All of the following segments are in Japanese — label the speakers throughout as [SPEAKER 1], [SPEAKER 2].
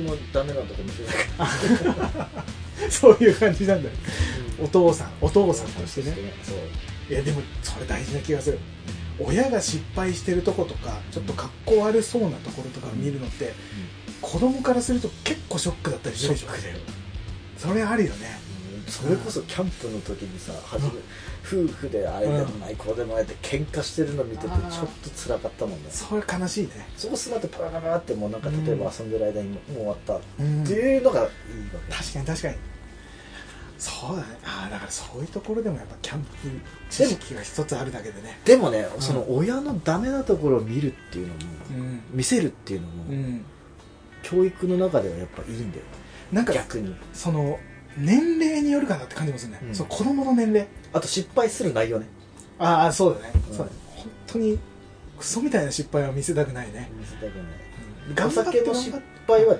[SPEAKER 1] のダメなとこ見せないか
[SPEAKER 2] そういう感じなんだよ
[SPEAKER 1] ら
[SPEAKER 2] お父さんお父さんとしてね
[SPEAKER 1] そう
[SPEAKER 2] いやでもそれ大事な気がする親が失敗してるとことかちょっと格好悪そうなところとか見るのって、子供からすると結構ショックだったりす
[SPEAKER 1] ショ
[SPEAKER 2] るでしょ
[SPEAKER 1] ックだよ
[SPEAKER 2] それあるよね
[SPEAKER 1] それこそキャンプの時にさ初め夫婦であれでもないこうでもないって喧嘩してるの見ててち
[SPEAKER 2] あー
[SPEAKER 1] ょっと辛かったもんね
[SPEAKER 2] それ悲しいね
[SPEAKER 1] そこ座ってパラパラってもうなんか
[SPEAKER 2] うん
[SPEAKER 1] 例えば遊んでる間にもう終わったっ
[SPEAKER 2] うん
[SPEAKER 1] ていうのがいいわけ
[SPEAKER 2] 確かに確かにそうだねああだからそういうところでもやっぱキャンプ知
[SPEAKER 1] でも
[SPEAKER 2] 識が一つあるだけでね
[SPEAKER 1] でもね
[SPEAKER 2] うん
[SPEAKER 1] その親のダメなところを見るっていうのも
[SPEAKER 2] うん、
[SPEAKER 1] 見せるっていうの
[SPEAKER 2] う
[SPEAKER 1] も
[SPEAKER 2] ん、
[SPEAKER 1] 教育の中ではやっぱいいんだよ
[SPEAKER 2] なんか
[SPEAKER 1] 逆に
[SPEAKER 2] その年齢によるかなって感じもするね、
[SPEAKER 1] うん
[SPEAKER 2] その子供の年齢
[SPEAKER 1] あと失敗する内容ね
[SPEAKER 2] ああそうだね、
[SPEAKER 1] うん
[SPEAKER 2] そうだね本当にクソみたいな失敗は見せたくないね、
[SPEAKER 1] 見せたくない
[SPEAKER 2] うん、
[SPEAKER 1] お
[SPEAKER 2] 頑張って
[SPEAKER 1] 酒の
[SPEAKER 2] 頑
[SPEAKER 1] 失
[SPEAKER 2] 張っ
[SPEAKER 1] 敗は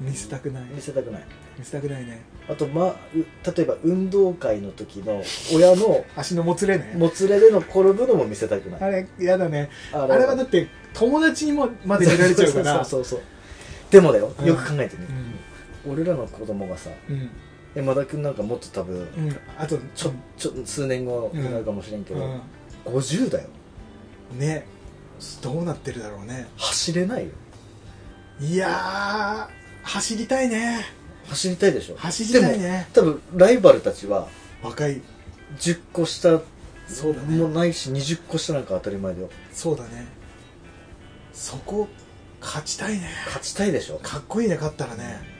[SPEAKER 2] 見せたくない
[SPEAKER 1] 見せたくない
[SPEAKER 2] 見せたくないね
[SPEAKER 1] あと、まあ、う例えば運動会の時の親の
[SPEAKER 2] 足のもつれね
[SPEAKER 1] もつれでの転ぶのも見せたくない
[SPEAKER 2] あれやだね
[SPEAKER 1] あ
[SPEAKER 2] あれはだって友達にもまで見られちゃうから
[SPEAKER 1] そうそうそうそうでもだよ
[SPEAKER 2] うん
[SPEAKER 1] よく考えてね、俺らの子供がさ
[SPEAKER 2] うんうん
[SPEAKER 1] 山田君なんかもっと多分
[SPEAKER 2] うんあと
[SPEAKER 1] ちょちょ数年後になるかもしれんけど、
[SPEAKER 2] う
[SPEAKER 1] 50だよ
[SPEAKER 2] ん、ねどうなってるだろうね
[SPEAKER 1] 走れないよ
[SPEAKER 2] いやー走りたいね
[SPEAKER 1] 走りたいでしょ
[SPEAKER 2] 走りたい
[SPEAKER 1] でも
[SPEAKER 2] ね
[SPEAKER 1] 多分ライバルたちは
[SPEAKER 2] 若い
[SPEAKER 1] 10個下
[SPEAKER 2] そうだね
[SPEAKER 1] もないし20個下なんか当たり前だよ
[SPEAKER 2] そうだねそこ勝ちたいね
[SPEAKER 1] 勝ちたいでしょ
[SPEAKER 2] かっこいいね勝ったらね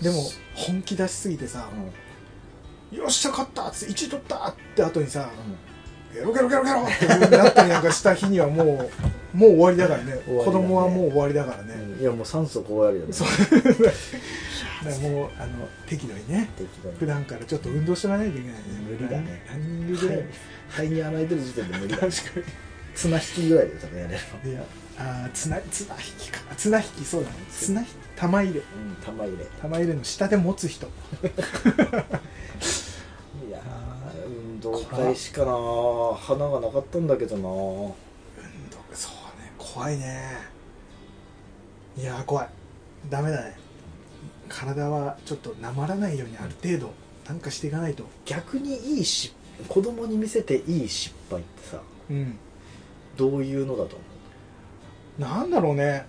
[SPEAKER 2] でも本気出しすぎてさ
[SPEAKER 1] うん、うん
[SPEAKER 2] 「よっしゃ勝った!」っつって1位取ったって後にさ「ゲロゲロゲロゲロ!」ってなったりなんかした日にはもうもう終 わりだからね
[SPEAKER 1] 終わりだね
[SPEAKER 2] 子供はもう終わりだからね、
[SPEAKER 1] うんいやもう酸素こうやるよね
[SPEAKER 2] そうだからもうあの適度にね
[SPEAKER 1] 適当に
[SPEAKER 2] 普段からちょっと運動してもらわないといけないね
[SPEAKER 1] 無理だね
[SPEAKER 2] ランランニングぐらい、
[SPEAKER 1] 肺に穴開いてる時点で無理だ
[SPEAKER 2] 確か
[SPEAKER 1] 綱引きぐらいで多分やれる
[SPEAKER 2] にいやあー綱綱引きか綱引きそうだね綱引き玉入れ
[SPEAKER 1] うん玉入れ
[SPEAKER 2] 玉入れの下で持つ人
[SPEAKER 1] いやー運動会しかなー花がなかったんだけどなー
[SPEAKER 2] 運動そうね怖いねいやー怖いダメだね体はちょっとなまらないようにある程度なんかしていかないと
[SPEAKER 1] 逆にいいし子供に見せていい失敗ってさ
[SPEAKER 2] うん
[SPEAKER 1] どういうのだと思
[SPEAKER 2] なんだろうね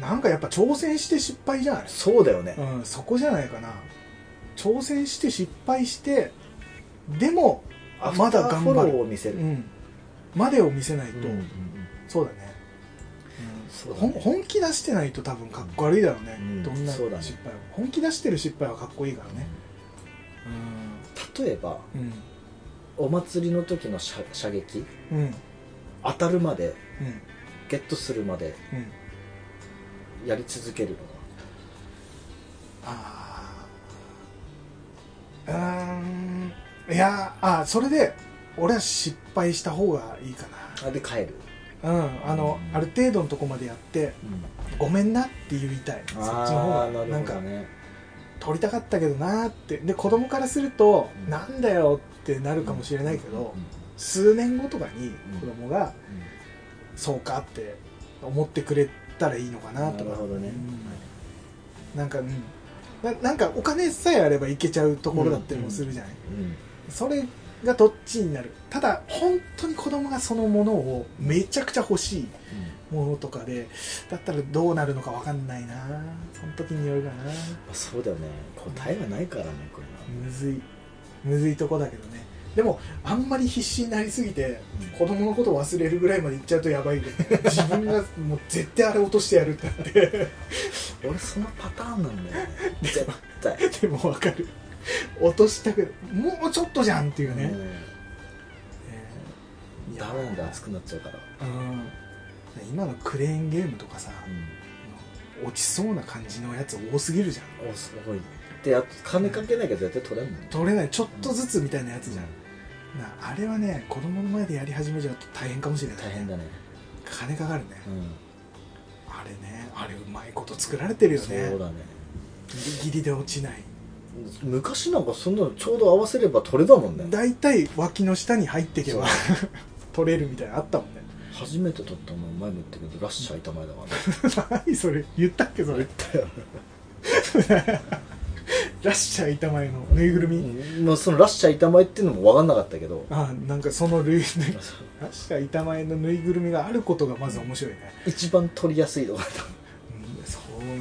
[SPEAKER 2] なんかやっぱ挑戦して失敗じゃないう
[SPEAKER 1] そうだよね
[SPEAKER 2] うん、そこじゃないかな挑戦して失敗してでも
[SPEAKER 1] アフ
[SPEAKER 2] ま
[SPEAKER 1] タ
[SPEAKER 2] だ
[SPEAKER 1] ー
[SPEAKER 2] 頑
[SPEAKER 1] フォロ
[SPEAKER 2] 張
[SPEAKER 1] ー
[SPEAKER 2] る、
[SPEAKER 1] を見せ
[SPEAKER 2] う
[SPEAKER 1] る
[SPEAKER 2] ん、までを見せないと、
[SPEAKER 1] うんうん
[SPEAKER 2] そうだね,、うん
[SPEAKER 1] そうだ
[SPEAKER 2] ほん
[SPEAKER 1] ね
[SPEAKER 2] 本気出してないと多分かっこ悪いだろうね、
[SPEAKER 1] うん
[SPEAKER 2] どんな失
[SPEAKER 1] そう
[SPEAKER 2] 敗
[SPEAKER 1] だ
[SPEAKER 2] も、
[SPEAKER 1] ね
[SPEAKER 2] 本気出してる失敗はかっこいいからね
[SPEAKER 1] 例えば
[SPEAKER 2] うん
[SPEAKER 1] お祭りの時の射射撃
[SPEAKER 2] うんうん
[SPEAKER 1] 当たるまで
[SPEAKER 2] うん
[SPEAKER 1] ゲットするまで
[SPEAKER 2] うん
[SPEAKER 1] やり続けるのが
[SPEAKER 2] あーうーんいやーあーそれで俺は失敗した方がいいか
[SPEAKER 1] あで帰る、
[SPEAKER 2] なうんあのある程度のとこまでやってごめんなって言いたいそっちの
[SPEAKER 1] あ
[SPEAKER 2] 方
[SPEAKER 1] ー
[SPEAKER 2] がなんか
[SPEAKER 1] ね
[SPEAKER 2] 撮りたかったけどなーってで子供からすると、
[SPEAKER 1] うん
[SPEAKER 2] なんだよってなるかもしれないけど、
[SPEAKER 1] うん
[SPEAKER 2] 数年後とかに
[SPEAKER 1] うん
[SPEAKER 2] 子供が、
[SPEAKER 1] うん
[SPEAKER 2] そうかって思ってくれたらいいのかなとか
[SPEAKER 1] なるほどね
[SPEAKER 2] うんなんか、うん、ななんかお金さえあればいけちゃうところだったりもするじゃない、
[SPEAKER 1] うん
[SPEAKER 2] それがどっちになるただ本当に子供がそのものをめちゃくちゃ欲しいものとかでだったらどうなるのかわかんないなその時によるかな
[SPEAKER 1] まあそうだよね答えはないからねこれは
[SPEAKER 2] むずいむずいとこだけどねでもあんまり必死になりすぎて
[SPEAKER 1] うん
[SPEAKER 2] 子供のこと忘れるぐらいまでいっちゃうとやばいよね自分がもう絶対あれ落としてやるってなって
[SPEAKER 1] 俺そのパターンなんだよね絶対
[SPEAKER 2] でもわかる落としたくもうちょっとじゃんっていうね、
[SPEAKER 1] うん
[SPEAKER 2] えー
[SPEAKER 1] ダメなんだ熱くなっちゃうから
[SPEAKER 2] うん今のクレーンゲームとかさ、落ちそうな感じのやつ多すぎるじゃん
[SPEAKER 1] おすごいであと金かけなきゃ絶対取れんもん
[SPEAKER 2] 取れないちょっとずつみたいなやつじゃん、なあれはね子供の前でやり始めちゃうと大変かもしれない
[SPEAKER 1] 大変だね
[SPEAKER 2] 金かかるね、
[SPEAKER 1] うん
[SPEAKER 2] あれねあれうまいこと作られてるよね
[SPEAKER 1] そうだね
[SPEAKER 2] ギリギリで落ちない
[SPEAKER 1] 昔なんかそんなのちょうど合わせれば取れたもんね
[SPEAKER 2] 大体脇の下に入ってけば
[SPEAKER 1] そ
[SPEAKER 2] 取れるみたいなのあったもんね
[SPEAKER 1] 初めて撮ったの前も言ったけどラッシャー板前だからね
[SPEAKER 2] 何それ言ったっけそ
[SPEAKER 1] 言っ
[SPEAKER 2] れ
[SPEAKER 1] たよ、
[SPEAKER 2] ラッシャー板前のぬいぐるみ、
[SPEAKER 1] まあ、そのラッシャー板前っていうのも分かんなかったけど
[SPEAKER 2] あなんかその類 ラッシャー板前のぬいぐるみがあることがまず面白いね、
[SPEAKER 1] 一番撮りやすいとこだっ
[SPEAKER 2] うん、そうなん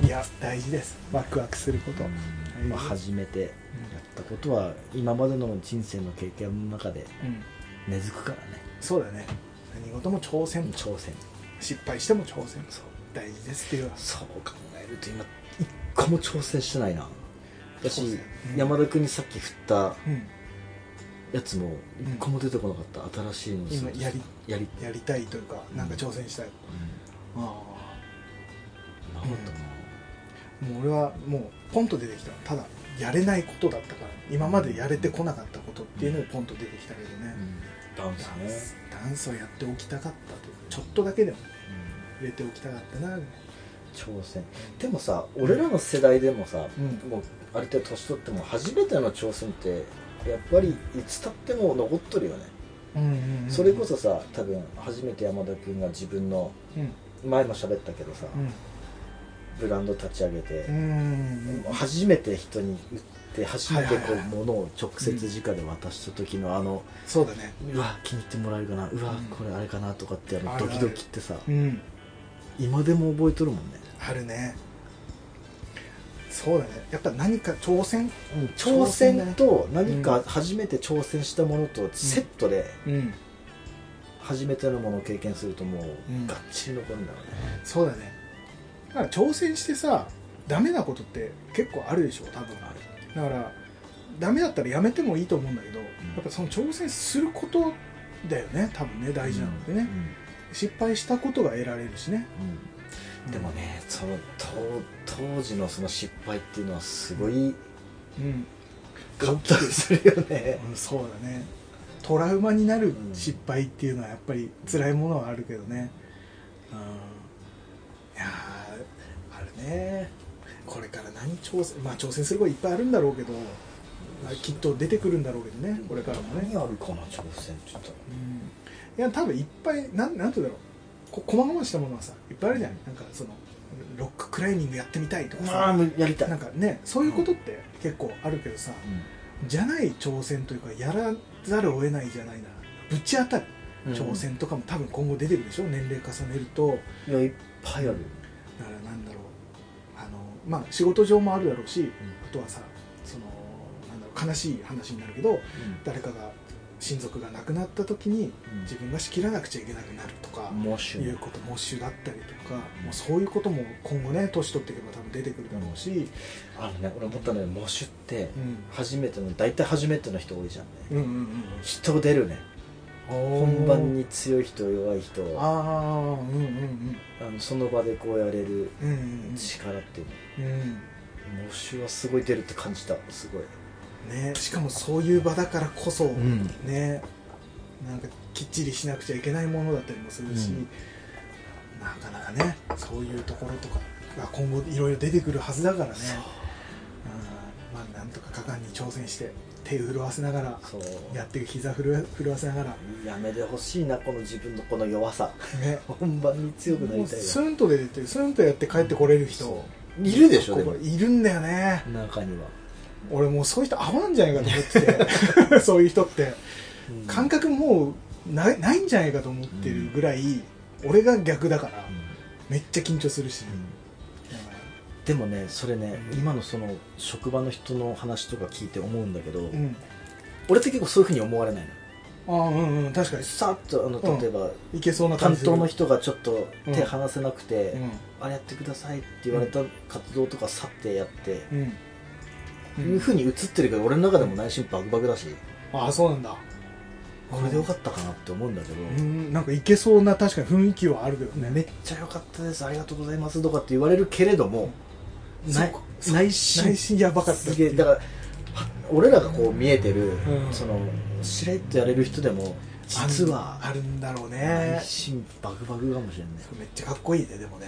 [SPEAKER 2] だいや大事ですワクワクするこ
[SPEAKER 1] た、
[SPEAKER 2] と、
[SPEAKER 1] うんまあ、初めてやったことは今までの人生の経験の中で
[SPEAKER 2] うん、
[SPEAKER 1] 根付くからね
[SPEAKER 2] そうだね何事も挑戦
[SPEAKER 1] 挑戦
[SPEAKER 2] 失敗しても挑戦
[SPEAKER 1] そう
[SPEAKER 2] 大事ですっていう
[SPEAKER 1] そう考えると今一個も挑戦してないな私、
[SPEAKER 2] そうですねうん
[SPEAKER 1] 山田君にさっき振った
[SPEAKER 2] うん
[SPEAKER 1] やつも一個も出てこなかった、新しいの
[SPEAKER 2] 今やり
[SPEAKER 1] やり
[SPEAKER 2] やりたいというかなんか挑戦したい、あ
[SPEAKER 1] なかったな、
[SPEAKER 2] あもう俺はもうポンと出てきたただやれないことだったから今までやれてこなかったことっていうのをポンと出てきたけどね、
[SPEAKER 1] ダンス
[SPEAKER 2] ダン
[SPEAKER 1] ね、
[SPEAKER 2] スダンスをやっておきたかったというちょっとだけでも触れておきたかったな
[SPEAKER 1] 挑戦でもさ俺らの世代でもさ、
[SPEAKER 2] うん
[SPEAKER 1] もうある程度年取っても初めての挑戦ってやっぱりいつたっても残っとるよね、
[SPEAKER 2] うんうん
[SPEAKER 1] それこそさ多分初めて山田君が自分の
[SPEAKER 2] うん
[SPEAKER 1] 前も喋ったけどさ、
[SPEAKER 2] うん
[SPEAKER 1] ブランド立ち上げて、
[SPEAKER 2] うん
[SPEAKER 1] 初めて人に売って初めてこ
[SPEAKER 2] はいはいはいう
[SPEAKER 1] 物を直接直で渡した時のあの、
[SPEAKER 2] そうだね
[SPEAKER 1] うわ気に入ってもらえるかなうわ
[SPEAKER 2] うん
[SPEAKER 1] これあれかなとかってあ
[SPEAKER 2] あ
[SPEAKER 1] の
[SPEAKER 2] るあ
[SPEAKER 1] ド
[SPEAKER 2] る
[SPEAKER 1] キドキってさ
[SPEAKER 2] うん
[SPEAKER 1] 今でも覚えとるもんね
[SPEAKER 2] あるねそうだねやっぱ何か挑戦
[SPEAKER 1] 挑戦と何
[SPEAKER 2] う
[SPEAKER 1] か
[SPEAKER 2] ん
[SPEAKER 1] 初めて挑戦したものとセットで
[SPEAKER 2] うん
[SPEAKER 1] 初めてのものを経験するともう
[SPEAKER 2] うん
[SPEAKER 1] がっちり残るんだろうね、
[SPEAKER 2] そうだねだから挑戦してさダメなことって結構あるでしょ多分
[SPEAKER 1] ある
[SPEAKER 2] だからダメだったらやめてもいいと思うんだけど、やっぱその挑戦することだよね多分ね大事なのってね、失敗したことが得られるしね
[SPEAKER 1] うんうんでもねその当当時のその失敗っていうのはすごい
[SPEAKER 2] うん、
[SPEAKER 1] 感動するよね
[SPEAKER 2] うんそうだねトラウマになる失敗っていうのはやっぱり辛いものはあるけどねうんいやーあるねこれから何挑戦まあ挑戦することいっぱいあるんだろうけどまあきっと出てくるんだろうけどねこれからもね
[SPEAKER 1] 何あるかな挑戦って言ったら
[SPEAKER 2] うんいや多分いっぱいなんなんて言うんだろうこ細々したものはさいっぱいあるじゃないなんかそのロッククライミングやってみたいとか
[SPEAKER 1] まあ
[SPEAKER 2] さ、
[SPEAKER 1] もうやりたい
[SPEAKER 2] なんかねそういうことって結構あるけどさ、じゃない挑戦というかやらざるを得ないじゃないなぶち当たる
[SPEAKER 1] うん
[SPEAKER 2] 挑戦とかも多分今後出てくるでしょ、年齢重ねるとだか
[SPEAKER 1] いやいっぱいある
[SPEAKER 2] らなんだろうあのまあ仕事上もあるだろうし、あとはさそのなんだろう悲しい話になるけど誰かが親族が亡くなった時に自分が仕切らなくちゃいけなくなるとか、
[SPEAKER 1] もし
[SPEAKER 2] いうこと喪主だったりとか、もうそういうことも今後ね年取っていけば多分出てくるだろうし、
[SPEAKER 1] あのね俺思ったのよ喪主って
[SPEAKER 2] うん
[SPEAKER 1] 初めての大体初めての人多いじゃんね
[SPEAKER 2] うんうんうん
[SPEAKER 1] 人出るね
[SPEAKER 2] うん
[SPEAKER 1] 本番に強い人弱い人あ
[SPEAKER 2] ああうんうんうん
[SPEAKER 1] のその場でこうやれる
[SPEAKER 2] うんうん
[SPEAKER 1] 力っていう
[SPEAKER 2] うん、うん
[SPEAKER 1] の喪主はすごい出るって感じたすごい
[SPEAKER 2] ね、しかもそういう場だからこそ、
[SPEAKER 1] ん
[SPEAKER 2] ねなんかきっちりしなくちゃいけないものだったりもするし、
[SPEAKER 1] うん
[SPEAKER 2] なかなかねそういうところとかが今後いろいろ出てくるはずだからね
[SPEAKER 1] そう
[SPEAKER 2] うん、まあなんとか果敢に挑戦して手を震わせながら
[SPEAKER 1] そう
[SPEAKER 2] やっていく膝震わ震わせながら、
[SPEAKER 1] やめてほしいなこの自分のこの弱さ
[SPEAKER 2] ね、
[SPEAKER 1] 本番に強くな
[SPEAKER 2] も
[SPEAKER 1] り
[SPEAKER 2] う
[SPEAKER 1] たい
[SPEAKER 2] スンと出てってスンとやって帰ってこれる人
[SPEAKER 1] いるでしょ
[SPEAKER 2] こ
[SPEAKER 1] で
[SPEAKER 2] こ
[SPEAKER 1] も
[SPEAKER 2] いるんだよね
[SPEAKER 1] 中には
[SPEAKER 2] 俺もうそういう人合わんじゃないかと思って てそういう人って
[SPEAKER 1] うん
[SPEAKER 2] 感覚もうないないんじゃないかと思ってるぐらい、俺が逆だから
[SPEAKER 1] う
[SPEAKER 2] めっちゃ緊張するし、
[SPEAKER 1] んうんでもねそれね、
[SPEAKER 2] うん
[SPEAKER 1] 今のその職場の人の話とか聞いて思うんだけど、
[SPEAKER 2] うん
[SPEAKER 1] 俺って結構そういうふうに思われないの
[SPEAKER 2] ああうんうん確かに
[SPEAKER 1] さっとあの
[SPEAKER 2] うん
[SPEAKER 1] 例えば、
[SPEAKER 2] いけそうな感
[SPEAKER 1] 担
[SPEAKER 2] じする
[SPEAKER 1] 当の人がちょっと
[SPEAKER 2] うん
[SPEAKER 1] 手離せなくて、
[SPEAKER 2] う
[SPEAKER 1] あれやってくださいって言われた活動とかさってやって、
[SPEAKER 2] んうん、
[SPEAKER 1] いうふうに映ってるけど俺の中でも内心バクバクだし、
[SPEAKER 2] ああそうなんだ
[SPEAKER 1] これでよかったかなって思うんだけど、
[SPEAKER 2] うんなんかいけそうな確かに雰囲気はあるけどね
[SPEAKER 1] めっちゃ良かったですありがとうございますとかって言われるけれども、
[SPEAKER 2] うん
[SPEAKER 1] ない
[SPEAKER 2] そ
[SPEAKER 1] 内心
[SPEAKER 2] 内心やばかった
[SPEAKER 1] すげえだからは俺らがこう見えてる、
[SPEAKER 2] うん
[SPEAKER 1] そのしれっとやれる人でも実は
[SPEAKER 2] あるんだろうね
[SPEAKER 1] 内心バグバグかもしれない、
[SPEAKER 2] めっちゃかっこいいねでもね、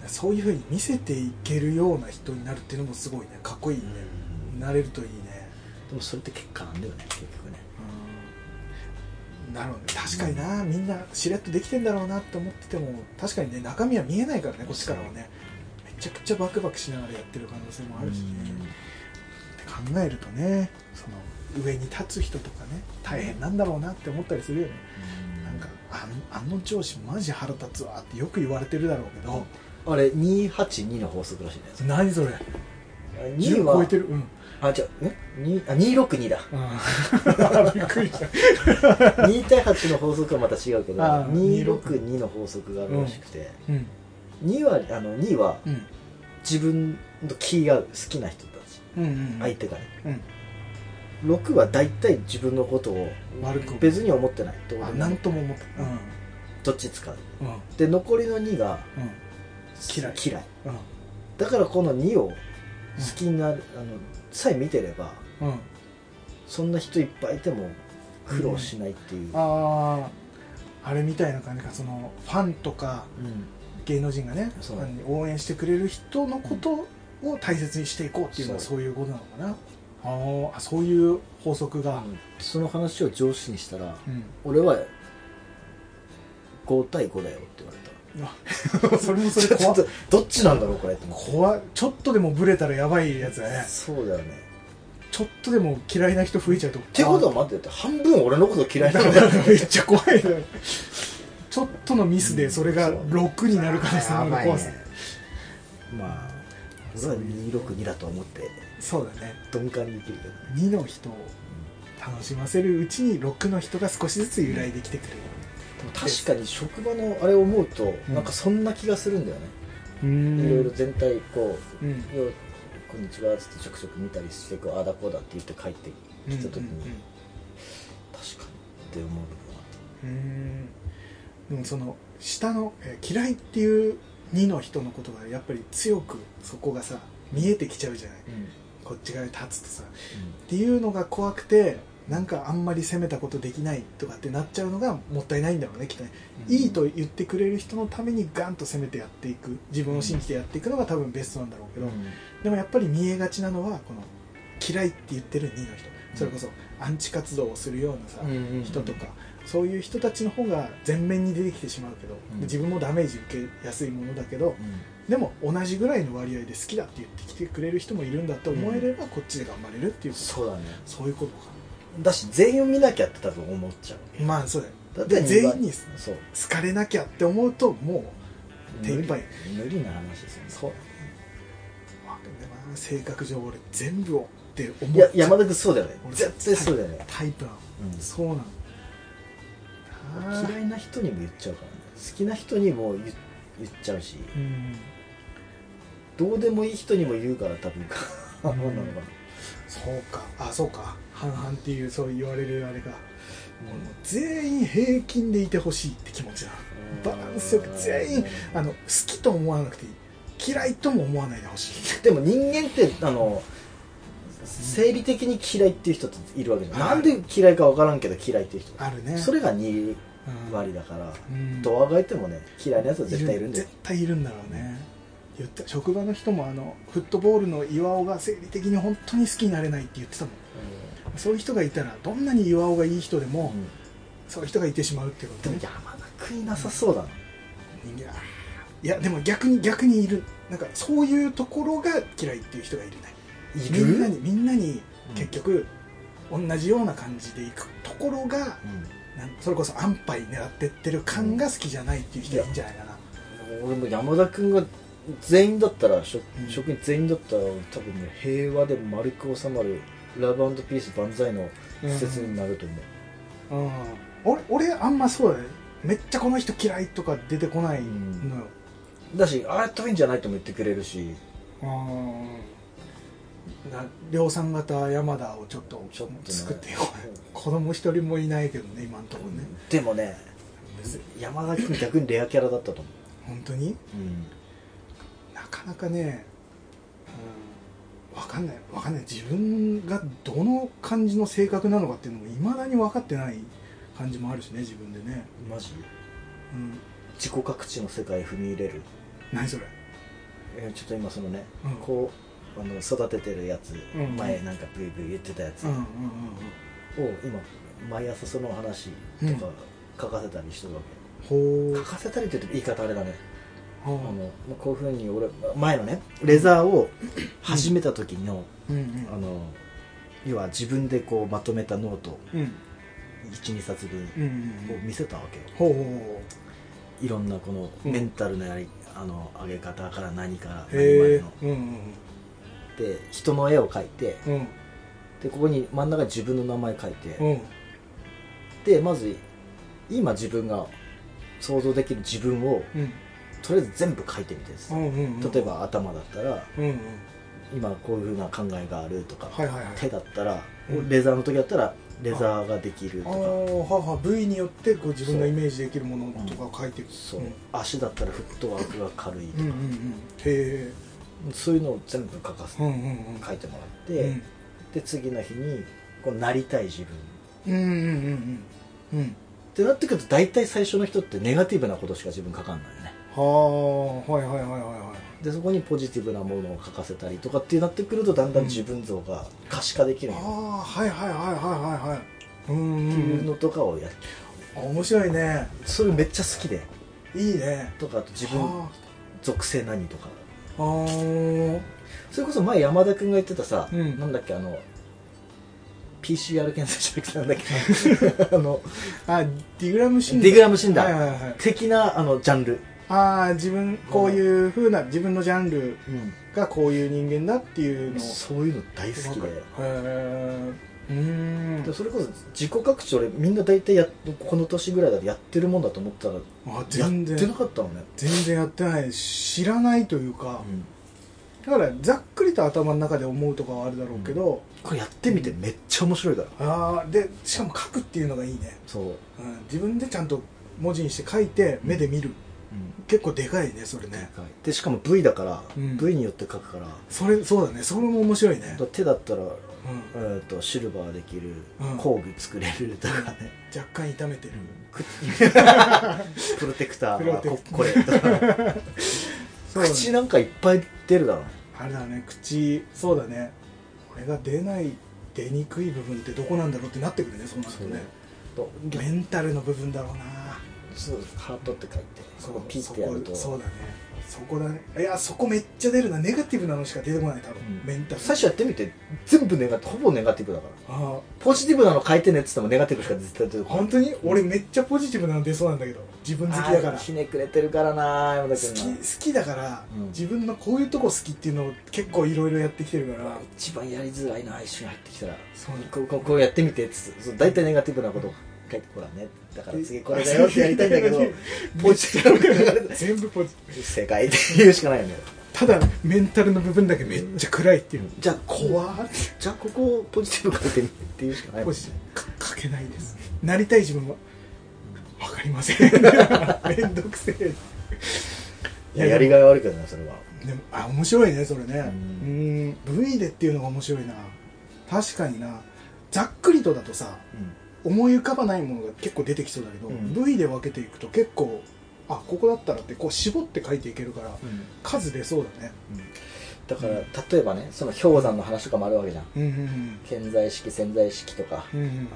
[SPEAKER 2] うんそういうふうに見せていけるような人になるっていうのもすごいねかっこいいね、
[SPEAKER 1] うん
[SPEAKER 2] なれるといいね
[SPEAKER 1] でもそれって結果なんだよね結局ね
[SPEAKER 2] うんだろうね確かになみんなしれっとできてんだろうなって思ってても確かにね中身は見えないからねこっちからはねめちゃくちゃバクバクしながらやってる可能性もあるしね、って考えるとねその上に立つ人とかね大変なんだろうなって思ったりするよねなんかあんあの上司マジ腹立つわってよく言われてるだろうけど
[SPEAKER 1] あれ282の法則らしいね
[SPEAKER 2] 何それ
[SPEAKER 1] 2
[SPEAKER 2] 10
[SPEAKER 1] は
[SPEAKER 2] 超えてるうん
[SPEAKER 1] あ違うねにあ262だ
[SPEAKER 2] びっくりした
[SPEAKER 1] 2対8の法則はまた違うけど
[SPEAKER 2] あー
[SPEAKER 1] 262の法則があるらしくて、
[SPEAKER 2] うん
[SPEAKER 1] 2はあの2は
[SPEAKER 2] うん
[SPEAKER 1] 自分の気が合う好きな人たち
[SPEAKER 2] うんうん
[SPEAKER 1] 相手がね
[SPEAKER 2] うん
[SPEAKER 1] 6は大体自分のことを
[SPEAKER 2] 悪く
[SPEAKER 1] 別に思ってないってこ
[SPEAKER 2] あ
[SPEAKER 1] と
[SPEAKER 2] なんとも思ったうん
[SPEAKER 1] どっち使う
[SPEAKER 2] うん
[SPEAKER 1] で残りの2が
[SPEAKER 2] うん嫌い
[SPEAKER 1] 嫌いだからこの2を好きになる、あのさえ見てれば
[SPEAKER 2] うんうん
[SPEAKER 1] そんな人いっぱいいても苦労しないっていう、
[SPEAKER 2] あああれみたいな感じかそのファンとか
[SPEAKER 1] うん
[SPEAKER 2] 芸能人がね
[SPEAKER 1] そう
[SPEAKER 2] ファンに応援してくれる人のことを大切にしていこうっていうのは
[SPEAKER 1] そ
[SPEAKER 2] そういうことなのかなあーあそういう法則
[SPEAKER 1] あ
[SPEAKER 2] が
[SPEAKER 1] のその話を上司にしたら
[SPEAKER 2] うん
[SPEAKER 1] 俺は5対5だよって言われた
[SPEAKER 2] それもそ
[SPEAKER 1] ちょ
[SPEAKER 2] れ
[SPEAKER 1] ちょ
[SPEAKER 2] 怖
[SPEAKER 1] っとどっちなんだろうこれって思って
[SPEAKER 2] 怖っちょっとでもブレたらやばいやつだね
[SPEAKER 1] そうだよね
[SPEAKER 2] ちょっとでも嫌いな人増えちゃうとっ
[SPEAKER 1] ってことは待ってて半分俺のこと嫌いなんだよ
[SPEAKER 2] めっちゃ怖いねちょっとのミスでそれが6になる可能性の怖さ、
[SPEAKER 1] まあ俺は262だと思って
[SPEAKER 2] そうだね
[SPEAKER 1] 鈍感に生きるけど
[SPEAKER 2] 2の人を楽しませるうちに6の人が少しずつ由来できてくる
[SPEAKER 1] でも確かに職場のあれを思うと、
[SPEAKER 2] うん
[SPEAKER 1] なんかそんな気がするんだよね、
[SPEAKER 2] うん
[SPEAKER 1] いろいろ全体こ
[SPEAKER 2] う
[SPEAKER 1] う「よこんにちは」っつってちょくちょく見たりしてこうああだこうだって言って帰ってきた時に、確かにって思うの
[SPEAKER 2] うんうんでもその下の、えー嫌いっていう2の人のことがやっぱり強くそこがさ見えてきちゃうじゃない
[SPEAKER 1] うん、
[SPEAKER 2] こっち側に立つとさっていうのが怖くてなんかあんまり攻めたことできないとかってなっちゃうのがもったいないんだろうねきっとね、いいと言ってくれる人のためにガンと攻めてやっていく自分を信じてやっていくのが多分ベストなんだろうけ
[SPEAKER 1] う
[SPEAKER 2] ど、
[SPEAKER 1] ん
[SPEAKER 2] でもやっぱり見えがちなのはこの嫌いって言ってる2の人それこそアンチ活動をするようなさ、人とかそういう人たちの方が前面に出てきてしまうけど、
[SPEAKER 1] うん
[SPEAKER 2] 自分もダメージ受けやすいものだけど、でも同じぐらいの割合で好きだって言ってきてくれる人もいるんだと思えればこっちで頑張れるっていうこと、
[SPEAKER 1] そうだね
[SPEAKER 2] そういうことか
[SPEAKER 1] だし全員を見なきゃって多分思っちゃう
[SPEAKER 2] まあそうだよ
[SPEAKER 1] だっ
[SPEAKER 2] で
[SPEAKER 1] て
[SPEAKER 2] 全員に
[SPEAKER 1] そう
[SPEAKER 2] 好かれなきゃって思うともう手いっぱい
[SPEAKER 1] 無理無理な話ですよね
[SPEAKER 2] そうだねわかんないな性格上俺全部をって思
[SPEAKER 1] いや
[SPEAKER 2] っちゃ
[SPEAKER 1] 山
[SPEAKER 2] う
[SPEAKER 1] 田君そうだよね
[SPEAKER 2] 俺
[SPEAKER 1] 絶対そうだよね、
[SPEAKER 2] タイプなの
[SPEAKER 1] うん
[SPEAKER 2] そうなの
[SPEAKER 1] 嫌いな人にも言っちゃうからね好きな人にも言言っちゃうし
[SPEAKER 2] うん
[SPEAKER 1] どうでもいい人にも言うから多分あのなんか
[SPEAKER 2] そうかあそうか半々っていうそう言われるあれがもう全員平均でいてほしいって気持ちだバランスよく全員あの好きと思わなくていい嫌いとも思わないでほしい
[SPEAKER 1] でも人間ってあの生理的に嫌いっていう人っているわけじゃん
[SPEAKER 2] はい
[SPEAKER 1] なんで嫌いか分からんけど嫌いっていう人
[SPEAKER 2] あるね
[SPEAKER 1] それが2
[SPEAKER 2] うん
[SPEAKER 1] 割だから
[SPEAKER 2] うん
[SPEAKER 1] どうあがいてもね嫌いなやつは絶対いるんだよ
[SPEAKER 2] 絶対いるんだろうね言った職場の人もあのフットボールの岩尾が生理的に本当に好きになれないって言ってたもんそういう人がいたらどんなに岩尾がいい人で
[SPEAKER 1] う
[SPEAKER 2] も、
[SPEAKER 1] ん
[SPEAKER 2] そういう人がいてしまうってこ
[SPEAKER 1] で
[SPEAKER 2] と
[SPEAKER 1] も
[SPEAKER 2] ね
[SPEAKER 1] 山田君いなさそうだない
[SPEAKER 2] やいやでも逆に逆にいるなんかそういうところが嫌いっていう人がいるね
[SPEAKER 1] い
[SPEAKER 2] み
[SPEAKER 1] る
[SPEAKER 2] んなにみんなに
[SPEAKER 1] うん
[SPEAKER 2] 結局、同じような感じでいくところがなんそれこそ安牌狙ってってる感が好きじゃないっていう人がいいんじゃないかな、
[SPEAKER 1] うん俺も山田君が全員だったら職
[SPEAKER 2] うん
[SPEAKER 1] 職員全員だったら多分ね平和で丸く収まるラブピース万歳の施設になると思う
[SPEAKER 2] うん、俺俺あんまそうだねめっちゃこの人嫌いとか出てこないのよ、
[SPEAKER 1] だしあれ遠いんじゃないとも言ってくれるし
[SPEAKER 2] うん、な量産型山田をちょっと
[SPEAKER 1] ちょっとね
[SPEAKER 2] 作ってよ子供一人もいないけどね今のところね、
[SPEAKER 1] でもね山田君逆にレアキャラだったと思う
[SPEAKER 2] 本当に
[SPEAKER 1] うん
[SPEAKER 2] なかなかね、うん、分かんない分かんない自分がどの感じの性格なのかっていうのもいまだに分かってない感じもあるしね自分でね、
[SPEAKER 1] マジ
[SPEAKER 2] うん、
[SPEAKER 1] 自己各地の世界踏み入れる
[SPEAKER 2] 何それ
[SPEAKER 1] えーちょっと今そのね、
[SPEAKER 2] うん
[SPEAKER 1] こうあの育ててるやつ、
[SPEAKER 2] うん
[SPEAKER 1] 前なんかブイブイ言ってたやつ
[SPEAKER 2] う
[SPEAKER 1] を
[SPEAKER 2] んうんうんうん
[SPEAKER 1] 今毎朝その話とか書かせたりしてるわ
[SPEAKER 2] ほ
[SPEAKER 1] け、
[SPEAKER 2] う
[SPEAKER 1] 書かせたりって言うと言い方あれだね、
[SPEAKER 2] ほ
[SPEAKER 1] あのまあこういうふうに俺前のねレザーを始めた時の、
[SPEAKER 2] ううんうん
[SPEAKER 1] あの要は自分でこうまとめたノート
[SPEAKER 2] うん
[SPEAKER 1] 12冊分
[SPEAKER 2] うんうんう
[SPEAKER 1] を
[SPEAKER 2] ん
[SPEAKER 1] 見せたわけよ
[SPEAKER 2] ほうほうほ
[SPEAKER 1] いろんなこの
[SPEAKER 2] うん
[SPEAKER 1] メンタルのやり、あの上げ方から何から
[SPEAKER 2] う
[SPEAKER 1] 何ま
[SPEAKER 2] へ
[SPEAKER 1] で
[SPEAKER 2] え
[SPEAKER 1] の
[SPEAKER 2] うんうん
[SPEAKER 1] で人の絵を描いて
[SPEAKER 2] うん
[SPEAKER 1] でここに真ん中に自分の名前書いて、
[SPEAKER 2] うん
[SPEAKER 1] でまず今自分が想像できる自分を
[SPEAKER 2] うん
[SPEAKER 1] とりあえず全部書いてみてです、
[SPEAKER 2] うんうんうん
[SPEAKER 1] 例えば頭だったら
[SPEAKER 2] うんうん
[SPEAKER 1] 今こういうふうな考えがあるとか、
[SPEAKER 2] はいはいはい
[SPEAKER 1] 手だったら、
[SPEAKER 2] うん
[SPEAKER 1] レザーの時だったらレザーができる
[SPEAKER 2] あ
[SPEAKER 1] と
[SPEAKER 2] あ
[SPEAKER 1] か、
[SPEAKER 2] はは部位によってこう自分のイメージできるものとかを書いてる
[SPEAKER 1] そう、
[SPEAKER 2] うん
[SPEAKER 1] 足だったらフットワークが軽いと
[SPEAKER 2] う
[SPEAKER 1] か
[SPEAKER 2] ん、うんうんへえ
[SPEAKER 1] そういうのを全部書かせ
[SPEAKER 2] う
[SPEAKER 1] て、
[SPEAKER 2] んうんうん
[SPEAKER 1] 書いてもらっ
[SPEAKER 2] う
[SPEAKER 1] て、
[SPEAKER 2] ん
[SPEAKER 1] で次の日にこうなりたい自分っ
[SPEAKER 2] うんうんうんうんうん
[SPEAKER 1] てなってくると大体最初の人ってネガティブなことしか自分書かんないよね
[SPEAKER 2] はあはいはいはいはいは
[SPEAKER 1] でそこにポジティブなものを書かせたりとかってなってくるとだんだん自分像が可視化でき
[SPEAKER 2] い
[SPEAKER 1] るようになる
[SPEAKER 2] ああはいはいはいはいはいはいう
[SPEAKER 1] って
[SPEAKER 2] ん
[SPEAKER 1] いううんのとかをやる
[SPEAKER 2] あ面白いね
[SPEAKER 1] それめっちゃ好きで
[SPEAKER 2] いいね
[SPEAKER 1] とかあと自分
[SPEAKER 2] は
[SPEAKER 1] 属性何とか
[SPEAKER 2] ああー
[SPEAKER 1] それこそ前山田君が言ってたさ、
[SPEAKER 2] うん
[SPEAKER 1] なんだっけあの PCR 検査じゃなくてなんだっけ あの
[SPEAKER 2] あディグラム診断
[SPEAKER 1] ディグラム診断
[SPEAKER 2] はいはいはい
[SPEAKER 1] 的なあのジャンル、
[SPEAKER 2] ああ自分こういうふうな自分のジャンルがこういう人間だっていうのを
[SPEAKER 1] そういうの大好きで
[SPEAKER 2] へえうー
[SPEAKER 1] で
[SPEAKER 2] ん
[SPEAKER 1] それこそ自己拡張俺みんな大体やっこの年ぐらいだとやってるもんだと思ったら
[SPEAKER 2] あ
[SPEAKER 1] やっ
[SPEAKER 2] 全
[SPEAKER 1] てな
[SPEAKER 2] 然
[SPEAKER 1] かったのね、
[SPEAKER 2] 全然やってない知らないというか、
[SPEAKER 1] うん
[SPEAKER 2] だからざっくりと頭の中で思うとかはあるだろうけど、
[SPEAKER 1] これやってみてめっちゃ面白いから
[SPEAKER 2] ああでしかも書くっていうのがいいね、
[SPEAKER 1] そう、
[SPEAKER 2] うん、自分でちゃんと文字にして書いて目で見る、結構でかいねそれ
[SPEAKER 1] で
[SPEAKER 2] ね
[SPEAKER 1] かいでしかも V だから、
[SPEAKER 2] うん
[SPEAKER 1] V によって書くから
[SPEAKER 2] それそうだねそれも面白いね
[SPEAKER 1] あと、手だったら、
[SPEAKER 2] う
[SPEAKER 1] えー、とシルバーできる、
[SPEAKER 2] うん
[SPEAKER 1] 工具作れるとかね、
[SPEAKER 2] ん、若干痛めてる、
[SPEAKER 1] く プロテクターは
[SPEAKER 2] プ
[SPEAKER 1] こ
[SPEAKER 2] ロテク
[SPEAKER 1] これとか
[SPEAKER 2] そうだね
[SPEAKER 1] 口なんかいっぱい出るだろうね
[SPEAKER 2] あれだね口そうだねこれが出ない出にくい部分ってどこなんだろうってなってくるねそうなるとね
[SPEAKER 1] と
[SPEAKER 2] メンタルの部分だろうな
[SPEAKER 1] そうハートって書いてそこピッてやると
[SPEAKER 2] そこそうだねそこだねいやそこめっちゃ出るなネガティブなのしか出てこない多分、
[SPEAKER 1] うん
[SPEAKER 2] メンタル
[SPEAKER 1] 最初やってみて全部ネガティブほぼネガティブだから
[SPEAKER 2] あ
[SPEAKER 1] ポジティブなの書いてねって言ってもネガティブしか絶対出て
[SPEAKER 2] あ
[SPEAKER 1] こない
[SPEAKER 2] 本当に俺めっちゃポジティブなの出そうなんだけど自分好きだから
[SPEAKER 1] あー
[SPEAKER 2] 好
[SPEAKER 1] ひねくれてるからな山田
[SPEAKER 2] き
[SPEAKER 1] 君
[SPEAKER 2] 好きだから、
[SPEAKER 1] うん
[SPEAKER 2] 自分のこういうとこ好きっていうのを結構いろいろやってきてるから
[SPEAKER 1] が一番やりづらいな一緒に入ってきたら
[SPEAKER 2] そう
[SPEAKER 1] こうこうこうやってみてっつってそう大体ネガティブなこと書いてほらねだから次これだよってやりたいんだけ どポジティブな こと
[SPEAKER 2] 全部ポジ
[SPEAKER 1] 正解って言うしかないよね
[SPEAKER 2] ただメンタルの部分だけめっちゃ暗いっていう
[SPEAKER 1] じゃあこ
[SPEAKER 2] 怖っ
[SPEAKER 1] じゃあここをポジティブ書いてみてって言うしかないも
[SPEAKER 2] ポ
[SPEAKER 1] ん
[SPEAKER 2] ジか書けないですなりたい自分はわかりません めんどくせえ
[SPEAKER 1] いややりがいはあるけどねそれは
[SPEAKER 2] でもあ面白いねそれねう
[SPEAKER 1] うん
[SPEAKER 2] ん分位でっていうのが面白いな確かになざっくりとだとさ思い浮かばないものが結構出てきそうだけど、
[SPEAKER 1] うん
[SPEAKER 2] 部位で分けていくと結構あここだったらってこう絞って書いていけるから数出そうだね
[SPEAKER 1] だから例えばねその氷山の話とかもあるわけじゃん
[SPEAKER 2] うんうん
[SPEAKER 1] 顕在意識潜在意識とか
[SPEAKER 2] うんうんうん
[SPEAKER 1] あの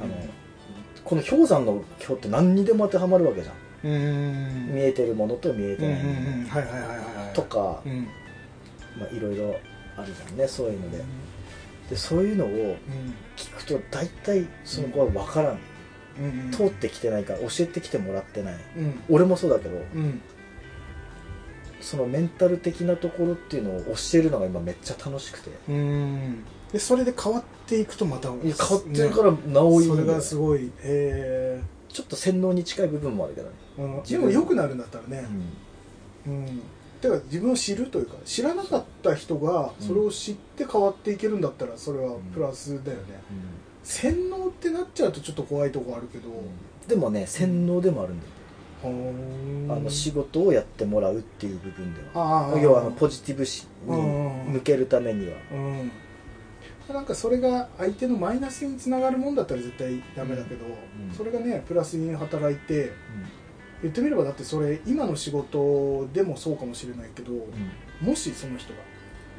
[SPEAKER 1] この氷山の表って何にでも当てはまるわけじゃん
[SPEAKER 2] うんうん
[SPEAKER 1] 見えてるものと見え
[SPEAKER 2] うんう
[SPEAKER 1] て
[SPEAKER 2] ん
[SPEAKER 1] ないもの
[SPEAKER 2] うんはいはいはいはいはい
[SPEAKER 1] とか
[SPEAKER 2] う、ん
[SPEAKER 1] まあ、いろいろあるじゃんねそういうのででそういうのを聞くと大体その子は分からん、
[SPEAKER 2] うんうんうん
[SPEAKER 1] 通ってきてないから教えてきてもらってない
[SPEAKER 2] うん
[SPEAKER 1] 俺もそうだけど
[SPEAKER 2] うん
[SPEAKER 1] そのメンタル的なところっていうのを教えるのが今めっちゃ楽しくて
[SPEAKER 2] うんでそれで変わっていくとまた
[SPEAKER 1] い
[SPEAKER 2] 変
[SPEAKER 1] や変わってるからなおいい
[SPEAKER 2] そ
[SPEAKER 1] んだ
[SPEAKER 2] れ
[SPEAKER 1] よ
[SPEAKER 2] がすごいえ
[SPEAKER 1] ちょっと洗脳に近い部分もあるけどね、
[SPEAKER 2] ーうん
[SPEAKER 1] 自
[SPEAKER 2] で
[SPEAKER 1] 分
[SPEAKER 2] も良くなるんだったらね
[SPEAKER 1] うん
[SPEAKER 2] うんてか自分を知るというか知らなかった人がそれを知って変わっていけるんだったらそれはプラスだよね洗脳ってなっちゃうとちょっと怖いとこあるけど
[SPEAKER 1] でもね洗脳でもあるんだよ、
[SPEAKER 2] ほーん
[SPEAKER 1] あの仕事をやってもらうっていう部分では
[SPEAKER 2] あー
[SPEAKER 1] 要はあのポジティブしに
[SPEAKER 2] うん
[SPEAKER 1] 向けるためには
[SPEAKER 2] うん、なんかそれが相手のマイナスにつながるもんだったら絶対ダメだけど、
[SPEAKER 1] ん
[SPEAKER 2] それがねプラスに働いて言ってみればだってそれ今の仕事でもそうかもしれないけど、もしその人が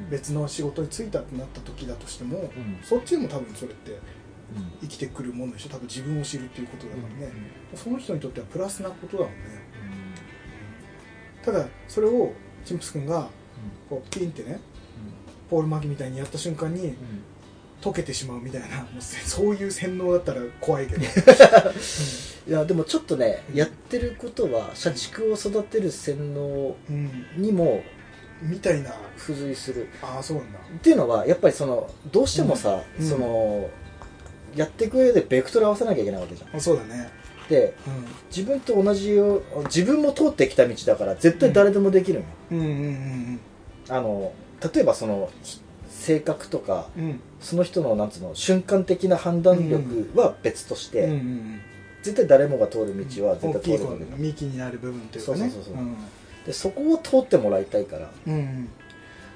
[SPEAKER 2] 別の仕事に就いたってなった時だとしても、
[SPEAKER 1] うん
[SPEAKER 2] そっちでも多分それって
[SPEAKER 1] うん
[SPEAKER 2] 生きてくるものでしょ多分自分を知るっていうことだからね、
[SPEAKER 1] うん
[SPEAKER 2] その人にとってはプラスなことだもんねただそれをチンプス君がこうピンってねポール・マキみたいにやった瞬間に溶けてしまうみたいなもうせそういう洗脳だったら怖いけど
[SPEAKER 1] いやでもちょっとねやってることは社畜を育てる洗脳
[SPEAKER 2] うん
[SPEAKER 1] にも
[SPEAKER 2] みたいな
[SPEAKER 1] 付随する
[SPEAKER 2] ああそうなんだ
[SPEAKER 1] っていうのはやっぱりそのどうしてもさ、
[SPEAKER 2] うん
[SPEAKER 1] そのやっていく上でベクトル合わせなきゃいけないわけじゃん
[SPEAKER 2] あそうだね
[SPEAKER 1] で自分と同じよう自分も通ってきた道だから絶対誰でもできるのよ、
[SPEAKER 2] うんうんうん
[SPEAKER 1] あの例えばそのひ性格とか
[SPEAKER 2] うんうん
[SPEAKER 1] その人のなんつうの瞬間的な判断力は別として、
[SPEAKER 2] うんうん
[SPEAKER 1] 絶対誰もが通る道は絶
[SPEAKER 2] 大
[SPEAKER 1] 対通
[SPEAKER 2] きい
[SPEAKER 1] る
[SPEAKER 2] こ
[SPEAKER 1] わ
[SPEAKER 2] う
[SPEAKER 1] けだ、
[SPEAKER 2] 幹になる部分というかね
[SPEAKER 1] そうそうそうそうんでそこを通ってもらいたいから
[SPEAKER 2] うんうん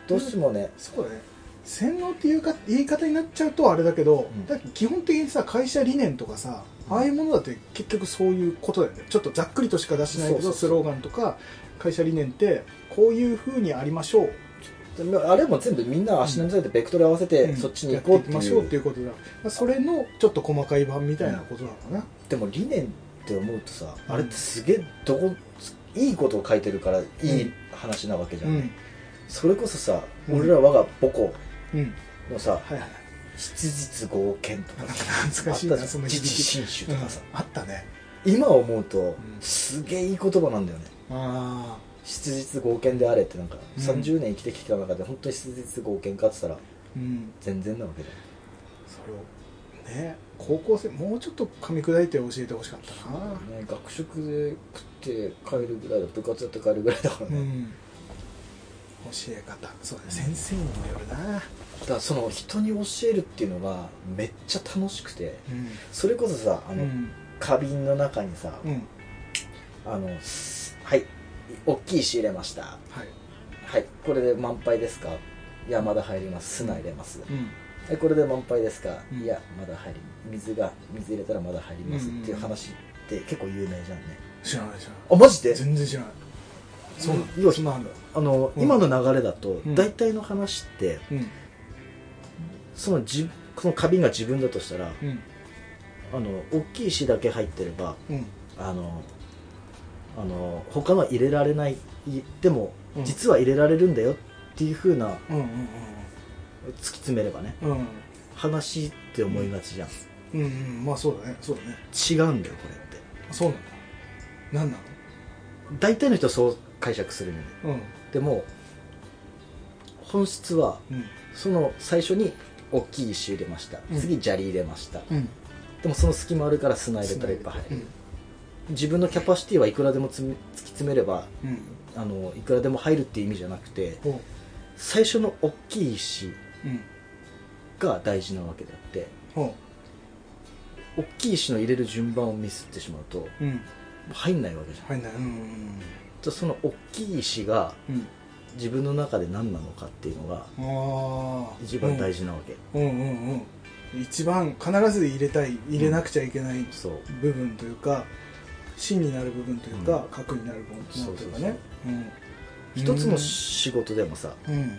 [SPEAKER 1] どうしてもね、
[SPEAKER 2] そうだね洗脳っていうか言い方になっちゃうとあれだけど、
[SPEAKER 1] うん
[SPEAKER 2] だって基本的にさ会社理念とかさああいうものだって結局そういうことだよねちょっとざっくりとしか出しないけど
[SPEAKER 1] そうそう
[SPEAKER 2] スローガンとか会社理念ってこういうふうにありましょう
[SPEAKER 1] であれも全部みんな足並み揃えてベクトル合わせて
[SPEAKER 2] うん
[SPEAKER 1] そっちに行こうって
[SPEAKER 2] やって
[SPEAKER 1] い
[SPEAKER 2] いきましょ
[SPEAKER 1] う,、
[SPEAKER 2] うっていうことだ、まあ、それのちょっと細かい版みたいなことなのかな、
[SPEAKER 1] でも理念って思うとさ、
[SPEAKER 2] うん
[SPEAKER 1] あれってすげえどこいいことを書いてるからいい
[SPEAKER 2] うん
[SPEAKER 1] 話なわけじゃ、
[SPEAKER 2] うんん
[SPEAKER 1] それこそさ、
[SPEAKER 2] うん
[SPEAKER 1] 俺ら我が母校
[SPEAKER 2] うん
[SPEAKER 1] のさ
[SPEAKER 2] はいはい
[SPEAKER 1] 「質実合憲」とかさ
[SPEAKER 2] 懐
[SPEAKER 1] あっ
[SPEAKER 2] か
[SPEAKER 1] た
[SPEAKER 2] し
[SPEAKER 1] じ
[SPEAKER 2] い
[SPEAKER 1] ゃ
[SPEAKER 2] なんその
[SPEAKER 1] 自
[SPEAKER 2] 響
[SPEAKER 1] 治
[SPEAKER 2] き、
[SPEAKER 1] 新種とかさ、
[SPEAKER 2] うんあったね
[SPEAKER 1] 今思うと
[SPEAKER 2] ん
[SPEAKER 1] すげえいい言葉なんだよね
[SPEAKER 2] あ
[SPEAKER 1] 質実合憲であれってなんか
[SPEAKER 2] うん
[SPEAKER 1] 30年生きてきた中で本当に質実合憲かって言ったら
[SPEAKER 2] あうん
[SPEAKER 1] 全然なわけだよ
[SPEAKER 2] それをね高校生もうちょっと噛み砕いて教えてほしかったな
[SPEAKER 1] ね、学食で食って帰るぐらいだ部活やって帰るぐらいだから
[SPEAKER 2] う
[SPEAKER 1] ね、
[SPEAKER 2] ん教え方そうだね先生にもよるな
[SPEAKER 1] だからその人に教えるっていうのがめっちゃ楽しくて
[SPEAKER 2] うん
[SPEAKER 1] それこそさあ
[SPEAKER 2] う
[SPEAKER 1] の、
[SPEAKER 2] ん
[SPEAKER 1] 花瓶の中にさ、
[SPEAKER 2] うん
[SPEAKER 1] あのはい大きい石入れました
[SPEAKER 2] はい
[SPEAKER 1] はいこれで満杯ですかいやまだ入ります砂入れます、
[SPEAKER 2] うん
[SPEAKER 1] はいこれで満杯ですか、
[SPEAKER 2] うん
[SPEAKER 1] いやまだ入り水が水入れたらまだ入りますっていう話って結構有名じゃんね
[SPEAKER 2] 知らない知らない
[SPEAKER 1] あマジで
[SPEAKER 2] 全然知らないそうなん
[SPEAKER 1] 要
[SPEAKER 2] だ
[SPEAKER 1] は
[SPEAKER 2] そんなんだ
[SPEAKER 1] あの、
[SPEAKER 2] うん
[SPEAKER 1] 今の流れだと
[SPEAKER 2] うん
[SPEAKER 1] 大体の話って、
[SPEAKER 2] うん
[SPEAKER 1] その自この花瓶が自分だとしたら
[SPEAKER 2] うん
[SPEAKER 1] あの大きい石だけ入ってれば
[SPEAKER 2] うん
[SPEAKER 1] あのあの他のは入れられないいでも、
[SPEAKER 2] うん
[SPEAKER 1] 実は入れられるんだよっていう風な
[SPEAKER 2] うん
[SPEAKER 1] 突き詰めればね
[SPEAKER 2] うんうんうん
[SPEAKER 1] 話って思いがちじゃん、
[SPEAKER 2] うんうんまあそうだねそうだね
[SPEAKER 1] 違うんだよこれって
[SPEAKER 2] そうなんだなんな
[SPEAKER 1] 大体の人はそう解釈するのね
[SPEAKER 2] の
[SPEAKER 1] でも本質は
[SPEAKER 2] うんうん
[SPEAKER 1] その最初に大きい石入れました、
[SPEAKER 2] うん
[SPEAKER 1] 次砂利入れました
[SPEAKER 2] うん
[SPEAKER 1] でもその隙間あるから砂入れたらいっぱい入る、自分のキャパシティはいくらでもつみ突き詰めれば
[SPEAKER 2] うんうん
[SPEAKER 1] あのいくらでも入るっていう意味じゃなくて
[SPEAKER 2] ほ
[SPEAKER 1] 最初の大きい石
[SPEAKER 2] ううん
[SPEAKER 1] が大事なわけであって
[SPEAKER 2] ほ
[SPEAKER 1] 大きい石の入れる順番をミスってしまうと
[SPEAKER 2] ううん
[SPEAKER 1] 入んないわけじゃん
[SPEAKER 2] 入んないうんうん
[SPEAKER 1] じゃあその大きい石が
[SPEAKER 2] うん
[SPEAKER 1] 自分の中で何なのかっていうのが
[SPEAKER 2] ああ
[SPEAKER 1] 一番大事なわけ、
[SPEAKER 2] うんうんうん一番必ず入れたい入れなくちゃいけない
[SPEAKER 1] そう
[SPEAKER 2] 部分というか芯になる部分というか、
[SPEAKER 1] うん
[SPEAKER 2] 核になる部分というか
[SPEAKER 1] そうそう
[SPEAKER 2] ねうん
[SPEAKER 1] 一つの仕事でもさ
[SPEAKER 2] うん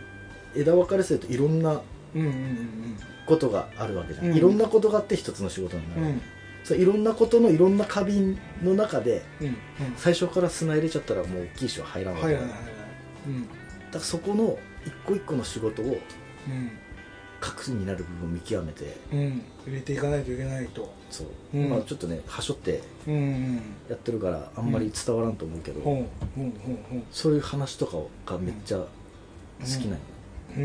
[SPEAKER 1] 枝分かれするといろんな
[SPEAKER 2] うんうん
[SPEAKER 1] ことがあるわけじゃん、
[SPEAKER 2] うん
[SPEAKER 1] いろんなことがあって一つの仕事にな
[SPEAKER 2] うんう
[SPEAKER 1] る、
[SPEAKER 2] ん
[SPEAKER 1] そういろんなことのいろんな花瓶の中で
[SPEAKER 2] うん
[SPEAKER 1] 最初から砂入れちゃったらもう大きい石は入ら
[SPEAKER 2] う
[SPEAKER 1] なんい
[SPEAKER 2] 入らない入ら
[SPEAKER 1] だ
[SPEAKER 2] な
[SPEAKER 1] か
[SPEAKER 2] いうん
[SPEAKER 1] らそこの一個一個の仕事を
[SPEAKER 2] うん
[SPEAKER 1] 核になる部分を見極めて
[SPEAKER 2] うん入れていかないといけないと
[SPEAKER 1] そう、
[SPEAKER 2] うん
[SPEAKER 1] まあちょっとねはしょって
[SPEAKER 2] うんうん
[SPEAKER 1] やってるからあんまり伝わらんと思うけど、
[SPEAKER 2] ほうほうほうほう
[SPEAKER 1] そういう話とかがめっちゃ好きなんよ、
[SPEAKER 2] うー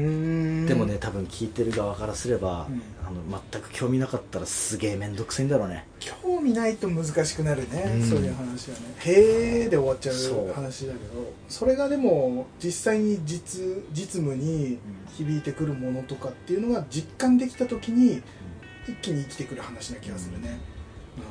[SPEAKER 2] ん
[SPEAKER 1] でもね多分聞いてる側からすれば、
[SPEAKER 2] うん
[SPEAKER 1] あの全く興味なかったらすげえ面倒くせえんだろうね
[SPEAKER 2] 興味ないと難しくなるね、
[SPEAKER 1] うん
[SPEAKER 2] そういう話はね「へえ」で終わっちゃ
[SPEAKER 1] そう
[SPEAKER 2] う話だけどそれがでも実際に実実務に響いてくるものとかっていうのが実感できた時に一気に生きてくる話な気がするね、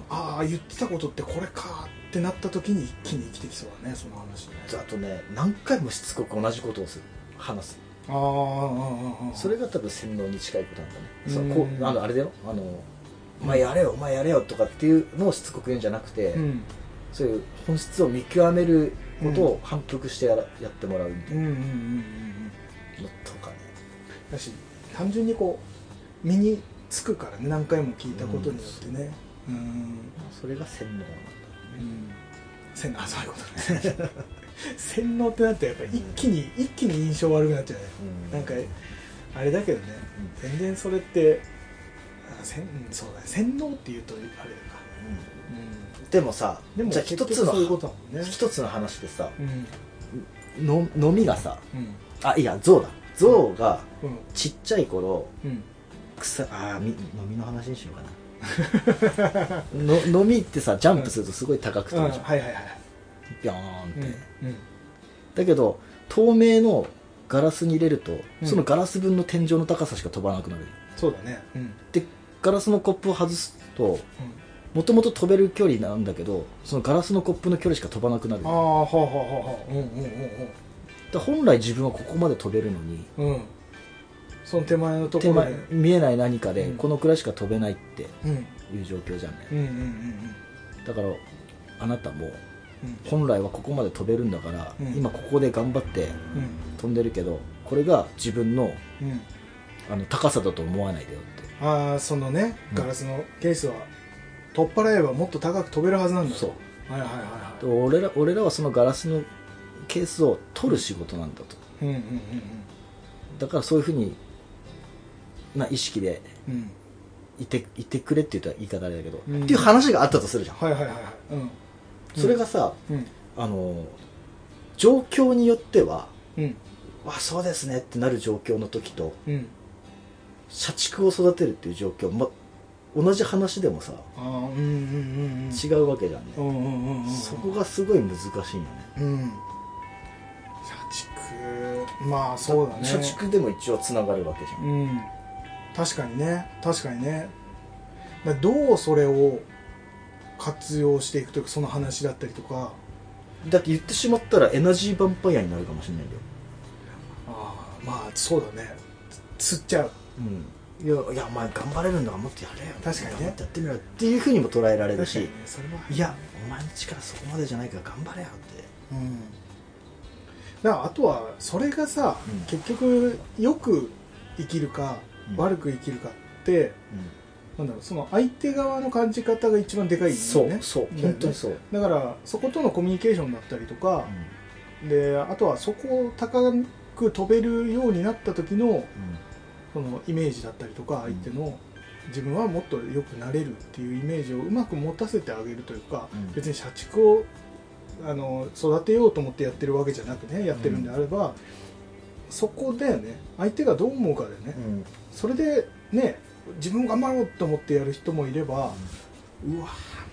[SPEAKER 2] うんああ言ってたことってこれかってなった時に一気に生きてきそうだねその話ね
[SPEAKER 1] あとね何回もしつこく同じことをする話す
[SPEAKER 2] ああああ
[SPEAKER 1] それが多分洗脳に近いことなんだね、
[SPEAKER 2] うん
[SPEAKER 1] そうこうあのあれだよあのお前やれよお前やれよとかっていうのをしつこく言うんじゃなくて、
[SPEAKER 2] うん
[SPEAKER 1] そういう本質を見極めることを反復してやらやってもらうみた
[SPEAKER 2] う
[SPEAKER 1] い
[SPEAKER 2] ん
[SPEAKER 1] な
[SPEAKER 2] うんうんうんうん
[SPEAKER 1] のとかね、
[SPEAKER 2] だし単純にこう身につくからね何回も聞いたことによってねうん
[SPEAKER 1] それが洗脳なんだろう
[SPEAKER 2] う
[SPEAKER 1] ね
[SPEAKER 2] ん洗脳あそういうことね洗脳ってなってやっぱ一気に、一気に印象悪くなっちゃうね
[SPEAKER 1] うん
[SPEAKER 2] なんかあれだけどね全然それってあせんうんそうだね洗脳っていうとあれか
[SPEAKER 1] う
[SPEAKER 2] うん
[SPEAKER 1] でもさ
[SPEAKER 2] でも
[SPEAKER 1] じゃあ一
[SPEAKER 2] 結
[SPEAKER 1] つ
[SPEAKER 2] 局
[SPEAKER 1] の
[SPEAKER 2] そういうことだもんね
[SPEAKER 1] 一つの話でさ
[SPEAKER 2] うん
[SPEAKER 1] の飲みがさ
[SPEAKER 2] うん
[SPEAKER 1] あいや象だ象が
[SPEAKER 2] うん
[SPEAKER 1] ちっちゃい頃
[SPEAKER 2] うん
[SPEAKER 1] 草あーみ飲みの話にしよう かなの飲みってさジャンプするとすごい高く飛
[SPEAKER 2] あ
[SPEAKER 1] ぶじゃん
[SPEAKER 2] はいはいはい
[SPEAKER 1] ビョーンって、
[SPEAKER 2] うんうん
[SPEAKER 1] だけど透明のガラスに入れると、
[SPEAKER 2] うん
[SPEAKER 1] そのガラス分の天井の高さしか飛ばなくなる
[SPEAKER 2] そうだねうん
[SPEAKER 1] でガラスのコップを外すともともと飛べる距離なんだけどそのガラスのコップの距離しか飛ばなくなる
[SPEAKER 2] あ
[SPEAKER 1] だ
[SPEAKER 2] あ
[SPEAKER 1] か
[SPEAKER 2] はあはあはあはあうんうん
[SPEAKER 1] ら本来自分はここまで飛べるのに
[SPEAKER 2] うんうんうんその手前のとこ
[SPEAKER 1] 手
[SPEAKER 2] ろ
[SPEAKER 1] 前
[SPEAKER 2] で
[SPEAKER 1] 見えない何かで
[SPEAKER 2] うん
[SPEAKER 1] このくらいしか飛べないって
[SPEAKER 2] うん
[SPEAKER 1] いう状況じゃんね
[SPEAKER 2] うんうんうんうん
[SPEAKER 1] だからあなたも
[SPEAKER 2] うん
[SPEAKER 1] 本来はここまで飛べるんだから、
[SPEAKER 2] うん
[SPEAKER 1] 今ここで頑張って飛んでるけどこれが自分の
[SPEAKER 2] うんうん
[SPEAKER 1] あの高さだと思わないでよって
[SPEAKER 2] ああそのね
[SPEAKER 1] うん
[SPEAKER 2] ガラスのケースは取っ払えばもっと高く飛べるはずなんだ
[SPEAKER 1] そう
[SPEAKER 2] はいはいはい
[SPEAKER 1] で
[SPEAKER 2] は
[SPEAKER 1] 俺ら俺らはそのガラスのケースを取る仕事なんだと
[SPEAKER 2] いうんうん
[SPEAKER 1] だからそういうふうにな意識で
[SPEAKER 2] うんうん
[SPEAKER 1] いていてくれって言ったら言い方あれだけど、
[SPEAKER 2] うん
[SPEAKER 1] っていう話があったとするじゃん
[SPEAKER 2] はいはいはいはいうん
[SPEAKER 1] それがさ、
[SPEAKER 2] うん
[SPEAKER 1] あの状況によっては
[SPEAKER 2] うん
[SPEAKER 1] あそうですねってなる状況の時と
[SPEAKER 2] うん
[SPEAKER 1] 社畜を育てるっていう状況、ま、同じ話でもさ
[SPEAKER 2] ああうんうんうんうん
[SPEAKER 1] 違うわけじゃんね、
[SPEAKER 2] うんうんうんうん
[SPEAKER 1] そこがすごい難しいんよね
[SPEAKER 2] うん社畜まあそうだね
[SPEAKER 1] 社畜でも一応つながるわけじゃん、
[SPEAKER 2] うん確かにね確かにねだからどうそれを活用していくというかその話だったりとか
[SPEAKER 1] だって言ってしまったらエナジーヴァンパイアになるかもしれないんだよ
[SPEAKER 2] ああまあそうだねつ釣っちゃう
[SPEAKER 1] うんいやいやお前頑張れるんだからもっとやれよ
[SPEAKER 2] 確かにね
[SPEAKER 1] 頑張ってやってみろよっていうふうにも捉えられる
[SPEAKER 2] 確かに
[SPEAKER 1] し
[SPEAKER 2] ねそれはい
[SPEAKER 1] やお前の力そこまでじゃないから頑張れよって
[SPEAKER 2] うんだからあとはそれがさ、
[SPEAKER 1] うん
[SPEAKER 2] 結局よく生きるか、
[SPEAKER 1] うん
[SPEAKER 2] 悪く生きるかってなんだろうその相手側の感じ方が一番でかいよね
[SPEAKER 1] そうそう
[SPEAKER 2] だよね
[SPEAKER 1] 本当にそう、
[SPEAKER 2] だからそことのコミュニケーションだったりとか、であとはそこを高く飛べるようになった時のそのイメージだったりとか相手の自分はもっと良くなれるっていうイメージをうまく持たせてあげるというか、
[SPEAKER 1] うん
[SPEAKER 2] 別に社畜をあの育てようと思ってやってるわけじゃなくねやってるんであれば、そこだよね相手がどう思うかだよね、
[SPEAKER 1] うんうん
[SPEAKER 2] それでね自分頑張ろうと思ってやる人もいれば、うわ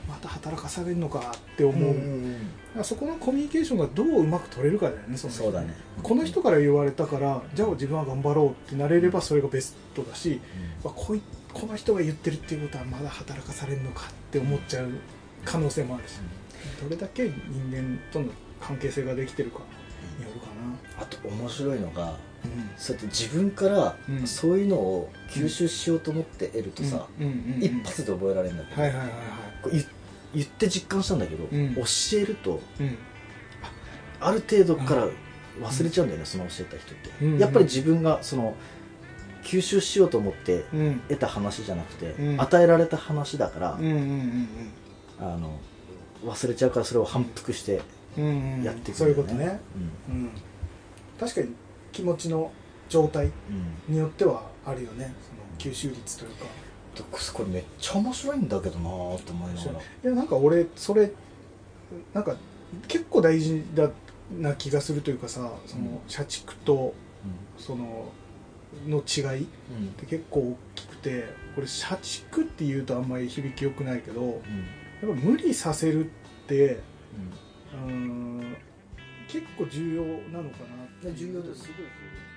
[SPEAKER 2] また働かされるのかって思う、
[SPEAKER 1] うんうんうん
[SPEAKER 2] だからそこのコミュニケーションがどううまく取れるかだよねその人
[SPEAKER 1] そうだね
[SPEAKER 2] この人から言われたからじゃあ自分は頑張ろうってなれればそれがベストだし、まあ、こいこの人が言ってるっていうことはまだ働かされるのかって思っちゃう可能性もあるしどれだけ人間との関係性ができてるかによるか
[SPEAKER 1] あと面白いのが
[SPEAKER 2] な、うん
[SPEAKER 1] そうやって自分から
[SPEAKER 2] うん
[SPEAKER 1] そういうのを吸収しようと思って得るとさ、
[SPEAKER 2] うんうんうんうん
[SPEAKER 1] 一発で覚えられるんだけど、
[SPEAKER 2] はいはいはいは
[SPEAKER 1] こう言言って実感したんだけど、
[SPEAKER 2] ん
[SPEAKER 1] 教えると
[SPEAKER 2] いうん
[SPEAKER 1] ある程度から忘れちゃうんだよね、その教えた人って、
[SPEAKER 2] うんうん
[SPEAKER 1] やっぱり自分がその吸収しようと思って
[SPEAKER 2] うん
[SPEAKER 1] 得た話じゃなくて、
[SPEAKER 2] うん
[SPEAKER 1] 与えられた話だから、
[SPEAKER 2] うんうん
[SPEAKER 1] あの忘れちゃうからそれを反復して
[SPEAKER 2] うんうんうんうん
[SPEAKER 1] やっていく
[SPEAKER 2] そうい
[SPEAKER 1] ん
[SPEAKER 2] う
[SPEAKER 1] だ
[SPEAKER 2] こ
[SPEAKER 1] よ
[SPEAKER 2] とね、
[SPEAKER 1] うん
[SPEAKER 2] うん、確かに気持ちの状態
[SPEAKER 1] うん
[SPEAKER 2] によってはあるよねその吸収率というか
[SPEAKER 1] とこれめっちゃ面白いんだけどなーって思いながら
[SPEAKER 2] いやなんか俺それなんか結構大事だな気がするというかさその社畜とそのの違いっ
[SPEAKER 1] うんうん
[SPEAKER 2] て結構大きくて俺社畜って言うとあんまり響き良くないけどやっぱ無理させるってうーん結構重要なのかなっていう
[SPEAKER 1] 重要ですすごい重要です